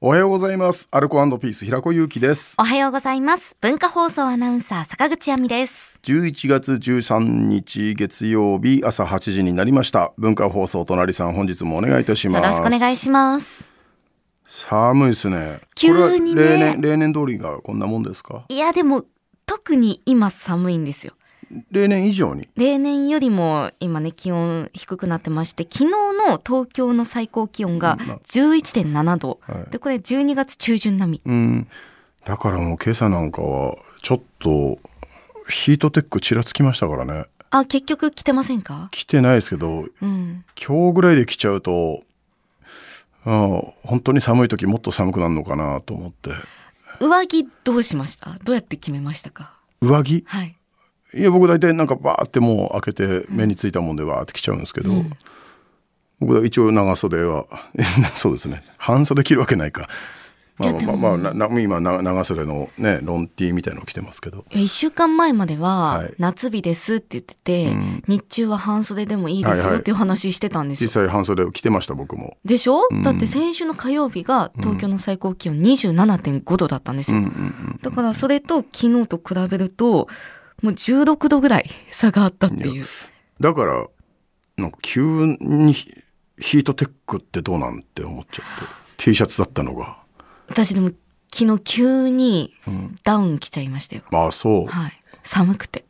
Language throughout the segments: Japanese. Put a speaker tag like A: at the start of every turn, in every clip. A: おはようございますアルコピース平子祐希です
B: おはようございます。文化放送アナウンサー坂口亜美です。
A: 11月13日月曜日朝8時になりました文化放送隣さん本日もお願いいたしま
B: よ
A: す
B: ろしくお願いします。
A: 寒いですね
B: 急にね
A: これは例年例年通りがこんなもんですか
B: いやでも特に今寒いんですよ。
A: 例年以上に
B: 例年よりも今ね気温低くなってまして、昨日の東京の最高気温が11.7度。
A: はい
B: でこれ12月中旬並み。
A: うんだからもう今朝なんかはちょっとヒートテックちらつきましたからね
B: あ結局来てませんか？
A: 来てないですけど
B: うん。
A: 今日ぐらいで来ちゃうとああ本当に寒い時もっと寒くなるのかなと思って
B: 上着どうしました？どうやって決めましたか？
A: 上着
B: はい。
A: いや僕大体なんかバーってもう開けて目についたもんでバーって来ちゃうんですけど、僕は一応長袖は そうですね半袖着るわけないかまあ
B: いやで
A: まあ
B: も
A: まあ、なな今な長袖のねロンティーみたいの着てますけど
B: いや一週間前までは
A: はい
B: 夏日ですって言ってて、
A: うん
B: 日中は半袖でもいいです
A: はい
B: よ
A: はい
B: っていう話してたんですよ
A: 実。際半袖を着てました僕も、
B: でしょ、
A: うん
B: だって先週の火曜日が東京の最高気温27.5度だったんです
A: うん
B: よ、
A: うんうん
B: だからそれと昨日と比べるともう16度ぐらい差があったって
A: い
B: いう
A: だからなんか急にヒヒートテックってどうなんて思っちゃって T シャツだったのが
B: 私でも昨日急にダウン来ちゃいましたよ、
A: まあそう
B: はい寒くて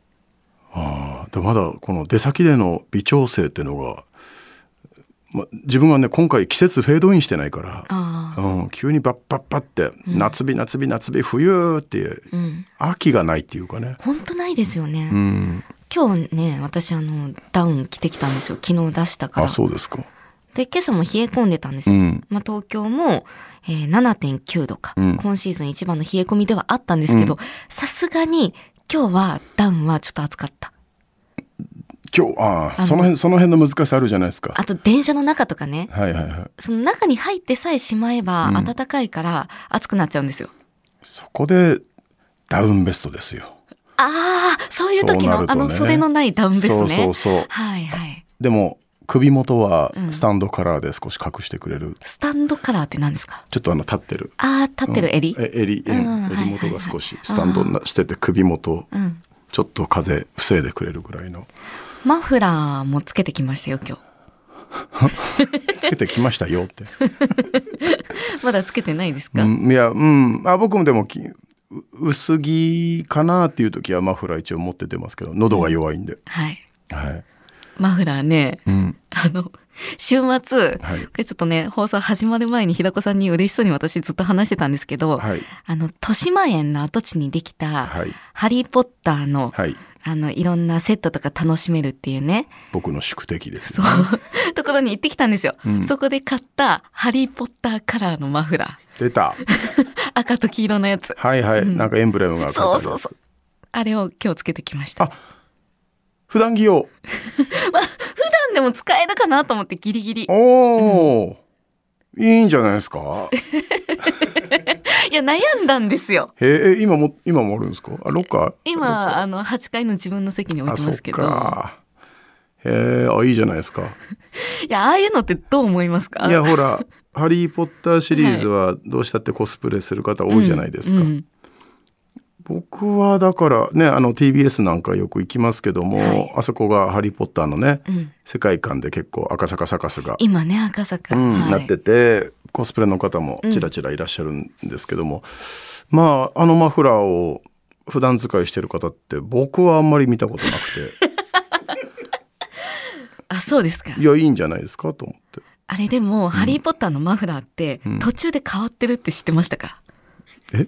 A: ああでまだこの出先での微調整ってのが、ま、自分がね今回季節フェードインしてないから、
B: ああ
A: うん、急にバッバッバッって、夏日夏日夏日冬って
B: うん
A: 秋がないっていうかね、
B: 本当ないですよね、
A: うん、
B: 今日ね私あのダウン着てきたんですよ昨日出したから
A: あそうですか、
B: で今朝も冷え込んでたんです
A: う
B: よ、
A: ん、
B: まあ、東京も、えー7.9度か、
A: うん
B: 今シーズン一番の冷え込みではあったんですけど、さすがに今日はダウンはちょっと暑かった。
A: 今日ああ
B: の
A: その辺その辺の難しさあるじゃないですか
B: あと電車の中とかね、
A: はいはいはい
B: その中に入ってさえしまえば暖かいから暑くなっちゃうんですよ。
A: そこでダウンベストですよ
B: ああ、そういう時
A: そう
B: の、
A: なると
B: あ
A: ね
B: の袖のないダウンですね。
A: そうそうそう
B: はいはい。
A: でも首元は
B: うん
A: スタンドカラーで少し隠してくれる、
B: スタンドカラーって何ですか
A: ちょっとあの立ってる
B: ああ、立ってる襟、
A: え襟、うん
B: うんはいはいはい
A: 襟元が少しスタンドなしてて首元
B: うん。
A: ちょっと風防いでくれるぐらい の
B: マフラーもつけてきましたよ、今日。
A: つけてきましたよって、
B: まだつけてないですか、
A: うん、いやうんあ僕もでもきう薄着かなっていう時はマフラー一応持って出ますけど喉が弱いんで、
B: はい。
A: はい、
B: マフラーね、
A: うん、
B: あの、週末、
A: はい
B: これちょっとね、放送始まる前に平子さんに嬉しそうに私ずっと話してたんですけど、
A: はい
B: あの、豊島園の跡地にできた、
A: はい
B: ハリーポッターの、
A: はい
B: あの、いろんなセットとか楽しめるっていうね、
A: 僕の宿敵です
B: そ
A: ね、
B: う、 ところに行ってきたんですよ、
A: うん
B: そこで買った、ハリーポッターカラーのマフラ
A: 出た
B: ー。赤と黄色のやつ。
A: はいはい、
B: うん
A: なんかエンブレムが
B: そ
A: てあ
B: うそ
A: るや
B: う
A: つ
B: そう。あれを今日つけてきました。
A: あ普段着用
B: 普段でも使えるかなと思ってギリギリ。
A: おお、いいんじゃないですか
B: いや、悩んだんですよ。
A: へえ今も今もあるんですかあロッカー
B: 今、あの、8階の自分の席に置い
A: あ、
B: て
A: そ
B: ま
A: っ
B: すけど。
A: か。へえ、あ、いいじゃないですか。
B: いや、ああいうのってどう思いますか
A: いや、ほら、ハリー・ポッターシリーズはどうしたってコスプレする方多いじゃないですか。
B: うんうん
A: 僕はだからね、あの TBS なんかよく行きますけども、
B: はい
A: あそこがハリー・ポッターのね、
B: うん
A: 世界観で結構赤坂サカスが、
B: 今ね、赤坂。
A: うん
B: はい
A: なってて、コスプレの方もちらちらいらっしゃるんですけども、まあ、あのマフラーを普段使いしてる方って僕はあんまり見たことなく
B: あ、そうですか
A: て、。いや、いいんじゃないですかと思って。
B: あれでも、ハリーポッターのマフラーって、途中で変わってるって知ってましたか
A: え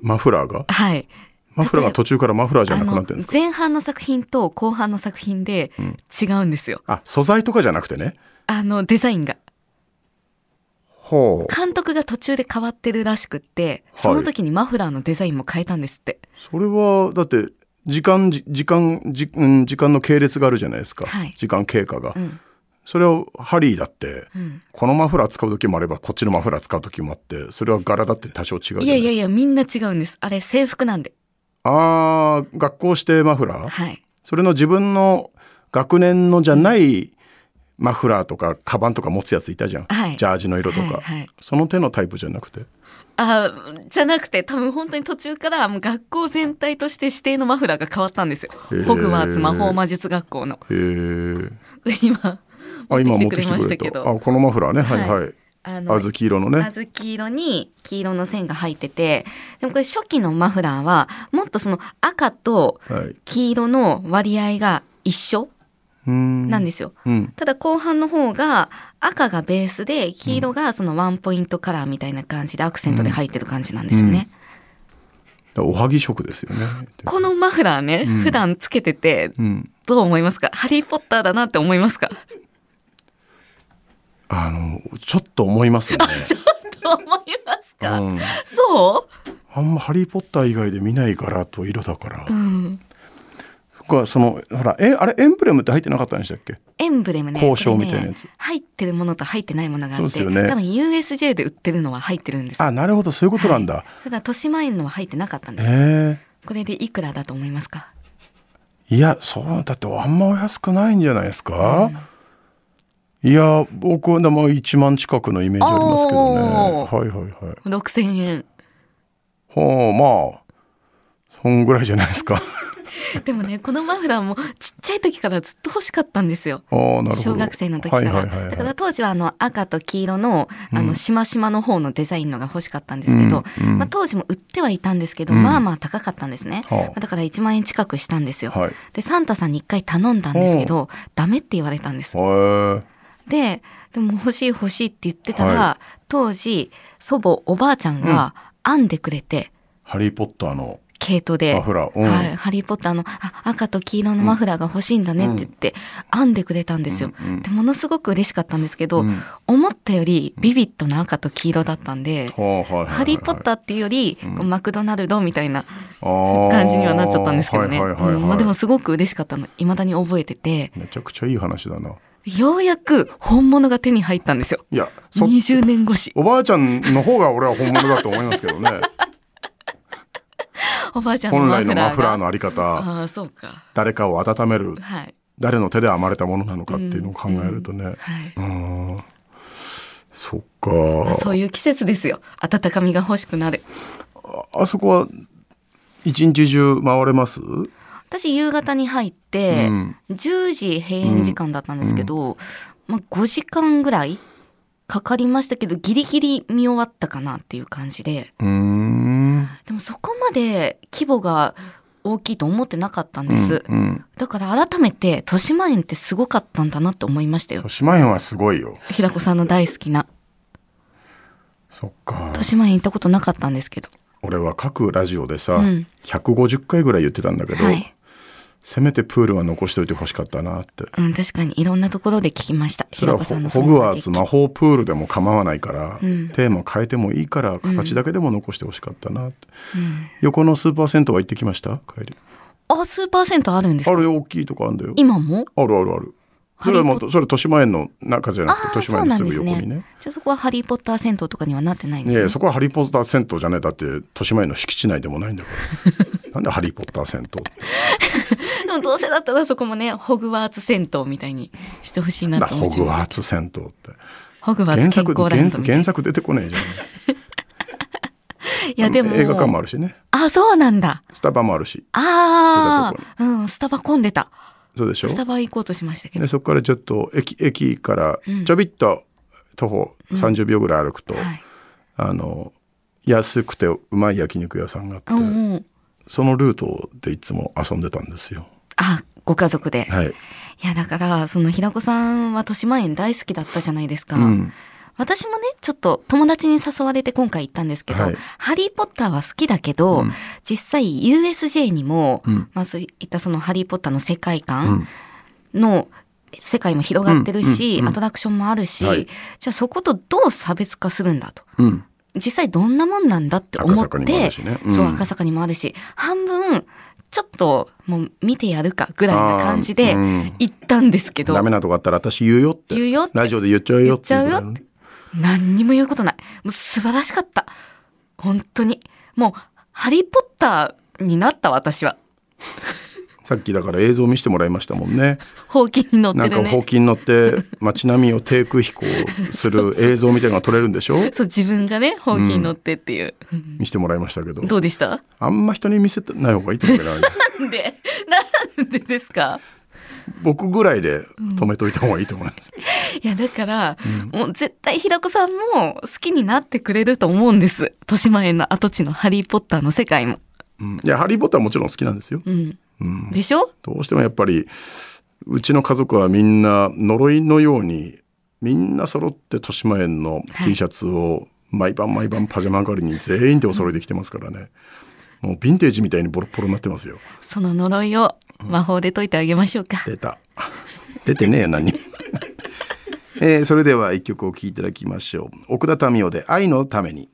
A: マフラーが
B: はい。
A: マフラーが途中からマフラーじゃ
B: あ
A: なくなっ
B: の
A: てるんです、か
B: 前半の作品と後半の作品で違うんですよ。
A: あ素材とかじゃなくてね。
B: あの、デザインが。
A: ほう。
B: 監督が途中で変わってるらしくって、
A: はい
B: その時にマフラーのデザインも変えたんですって。
A: それは、だって、時間、じ時間、じうん時間の系列があるじゃないですか。
B: はい
A: 時間経過が。
B: うん。
A: それをハリーだって、
B: うん。
A: このマフラー使う時もあれば、こっちのマフラー使う時もあって、それは柄だって多少違うじゃない
B: いやいやいや、みんな違うんです。あれ、制服なんで。
A: あー、学校指定マフラー
B: はい。
A: それの自分の学年のじゃないマフラーとかカバンとか持つやついたじゃん、
B: はい
A: ジャージの色とか、
B: はいはい
A: その手のタイプじゃなくて
B: あじゃなくて多分本当に途中からもう学校全体として指定のマフラーが変わったんですよ
A: へえ
B: ホグワーツ魔法魔術学校の
A: へえ
B: 今
A: あ今持
B: 持
A: っ
B: ってて
A: きて
B: きて
A: く
B: くれま
A: れ
B: した
A: た
B: けど
A: あこのマフラーねはいはい、
B: はあの
A: 小豆色のね
B: 小豆色に黄色の線が入っててでもこれ初期のマフラーはもっとその赤と
A: はい
B: 黄色の割合が一緒な
A: なん
B: ですすよ、
A: うん
B: ただ後半の方が赤がベースで黄色がそのワンポイントカラーみたいな感じでアクセントで入ってる感じなんですよね、
A: だからおはぎ色ですよね
B: このマフラーね、
A: うん
B: 普段つけてて
A: うん
B: どう思いますかハリーポッターだなって思います か
A: あのちょっと思います よね
B: ちょっと思いますか、
A: うん
B: そ
A: あんま「ハリー・ポッター」以外で見ない柄と色だから、
B: う、うん、
A: そこはそのほらえあれエンブレムって入ってなかったんでしたっけ
B: エンブレムね
A: 交渉
B: これね
A: みたいなやつ
B: 入ってるものと入ってないものがあって、
A: そうですよね
B: 多分 USJ で売ってるのは入ってるんですよ
A: あなるほどそういうことなんだ、
B: ただ豊島園のは入ってなかったんですよ
A: え
B: これでいくらだと思いますか
A: えいやそうだってあんまお安くないんじゃないですか、いや僕はまあ1万近くのイメージありますけどね
B: おー
A: はいはいはい
B: 6000円
A: ほうまあそんぐらいじゃないですか
B: でもねこのマフラーもちっちゃい時からずっと欲しかったんですよ
A: ああなるほど
B: 小学生の時から、
A: はいはいはいはい
B: だから当時はあの赤と黄色のあのしましまの方のデザインのが欲しかったんですけど、
A: うんうん
B: まあ、当時も売ってはいたんですけど、
A: うん
B: まあまあ高かったんですね、
A: はあ
B: まあだから1万円近くしたんですよ、
A: はい
B: でサンタさんに1回頼んだんですけどダメって言われたんです
A: へ
B: ででも欲しい欲しいって言ってたら、
A: は
B: 当時祖母おばあちゃんが編んでくれて、
A: えハリー・ポッターの
B: 毛糸で
A: マフラー、うん
B: はい、ハリー・ポッターのあ赤と黄色のマフラーが欲しいんだねって言って編んでくれたんですよ。
A: うんうん
B: でものすごく嬉しかったんですけど、
A: うん
B: 思ったよりビビッドな赤と黄色だったんで、
A: はあはいはいはいはい
B: ハリー・ポッターっていうより、こうマクドナルドみたいな
A: あー
B: 感じにはなっちゃったんですけどね。
A: はいはいはいはい
B: うんまあでもすごく嬉しかったの未だに覚えてて
A: めちゃくちゃいい話だな。
B: ようやく本物が手に入ったんですよ。
A: いや、そ
B: 20年越し
A: おばあちゃんの方が俺は本物だと思いますけど ね。
B: おばあちゃんの
A: 本
B: マ
A: 来
B: フラ
A: の
B: ーが
A: マフラーのあり方、
B: ああそうか
A: 誰かを温める、
B: はい
A: 誰の手で編まれたものなのかっていうのを考えるとね。
B: はい、
A: うん、そっか。
B: まあそういう季節ですよ温かみが欲しくなる
A: あそこは一日中回れます？
B: 私夕方に入って、
A: うん
B: 10時閉園時間だったんですけど、まあ、5時間ぐらいかかりましたけどギリギリ見終わったかなっていう感じで
A: うーん。
B: でもそこまで規模が大きいと思ってなかったんです、
A: うん。
B: だから改めて豊島園ってすごかったんだなって思いましたよ
A: 豊島園はすごいよ。
B: 平子さんの大好きな
A: そっか。
B: 豊島園行ったことなかったんですけど
A: 俺は各ラジオでさ、
B: うん
A: 150回ぐらい言ってたんだけど、
B: はい、
A: せめてプールは残しておいてほしかったなって。
B: うん、確かにいろんなところで聞きました
A: それ
B: 平
A: はホ
B: 子さんの
A: ホグワーツ魔法プールでも構わないから、
B: うん
A: テーマ変えてもいいから形だけでも残してほしかったなって、横のスーパー銭湯は行ってきました帰り
B: あ数パーセントあるんです
A: あ
B: か
A: れ大きいとこあるんだよ
B: 今も
A: あるあるあるそ
B: ハリーポッ
A: れはまたそれは豊島園の中じゃなくて
B: ああ
A: 豊
B: そ
A: 島
B: う
A: 園の
B: なん
A: す
B: で
A: ぐ
B: す
A: 横にね
B: じゃあそこはハリー・ポッター銭湯とかにはなってないんで
A: い
B: す
A: やい
B: ね
A: やそこはハリー・ポッター銭湯じゃねえだって豊島園の敷地内でもないんだから なんでハリー・ポッター銭湯って
B: でもどうせだったらそこもねホグワーツ銭湯みたいにしてほしいな
A: なんだ
B: と思
A: ホ
B: っち
A: グ
B: ゃい
A: ワ
B: ま
A: ー
B: す
A: ツ銭湯って
B: ホグワ
A: 原
B: ーツ健
A: 作
B: 康ラ
A: 原
B: ンド
A: 作
B: みたい
A: 原
B: な
A: 作出てこねえじゃん
B: いやでも
A: 映画館もあるしね
B: あそうなんだ
A: スタバもあるし
B: ああうんスタバ混んでた
A: そうでしょ
B: スタバ行こうとしましたけど
A: でそこからちょっと駅駅からちょびっと徒歩30秒ぐらい歩くと、
B: はい
A: あの安くてうまい焼肉屋さんがあって、
B: うんうん
A: そのルートでいつも遊んでたんですよ。
B: あご家族で
A: はい、
B: いやだからその平子さんは豊島園大好きだったじゃないですか
A: うん
B: 私もねちょっと友達に誘われて今回行ったんですけど「
A: はい
B: ハリー・ポッター」は好きだけ
A: う
B: ど、
A: ん
B: 実際 USJ にも、
A: うん
B: まあ、そういったその「ハリー・ポッター」の世界
A: う
B: 観
A: ん
B: の世界も広がってる
A: う
B: し、
A: んうんうん
B: アトラクションもあるし、
A: はい
B: じゃあそことどう差別化するんだと。
A: うん
B: 実際どんなもんなんだって思
A: 赤
B: っ
A: 坂にもあ
B: て、
A: るしねうん
B: そう赤坂にもあるし半分ちょっともう見てやるかぐらいな感じで
A: あーうん
B: 行ったんですけど、
A: ダメなとこあったら私言うよって
B: 言うよって
A: ラジオで言っちゃうよってい
B: 言っちゃ
A: こ
B: うよ
A: とだね
B: 何にも言うことない。もう素晴らしかった。本当に。もう、ハリーポッターになった私は。
A: さっきだから映像見せてもらいましたもんね。
B: ほうきに乗っ
A: な
B: て
A: ん
B: る
A: かほう
B: ね。
A: きに乗って 街並みを低空飛行する映像みたいなのが撮れるんでしょ
B: そう自分がねほうきに乗ってっていう。
A: 見せてもらいましたけど
B: どうでした？
A: あんま人に見せない方がいいと思うけど
B: なんでなんでですか？
A: 僕ぐらいで止めといた方がいいと思います。
B: いやだから、もう絶対平子さんも好きになってくれると思うんです。豊島園の跡地のハリーポッターの世界も。
A: うん、いやハリー・ポッターはもちろん好きなんですよ。
B: うん。
A: うん、
B: でしょ？
A: どうしてもやっぱりうちの家族はみんな呪いのようにみんな揃って豊島園の T シャツを毎晩毎晩パジャマ代わりに全員でお揃いできてますからねもうヴィンテージみたいにボロッボロになってますよ
B: その呪いを魔法で解いてあげましょうか。
A: 出 た出てねえよ 何もえーそれでは一曲お聴きいただきましょう奥田民生で「愛のために」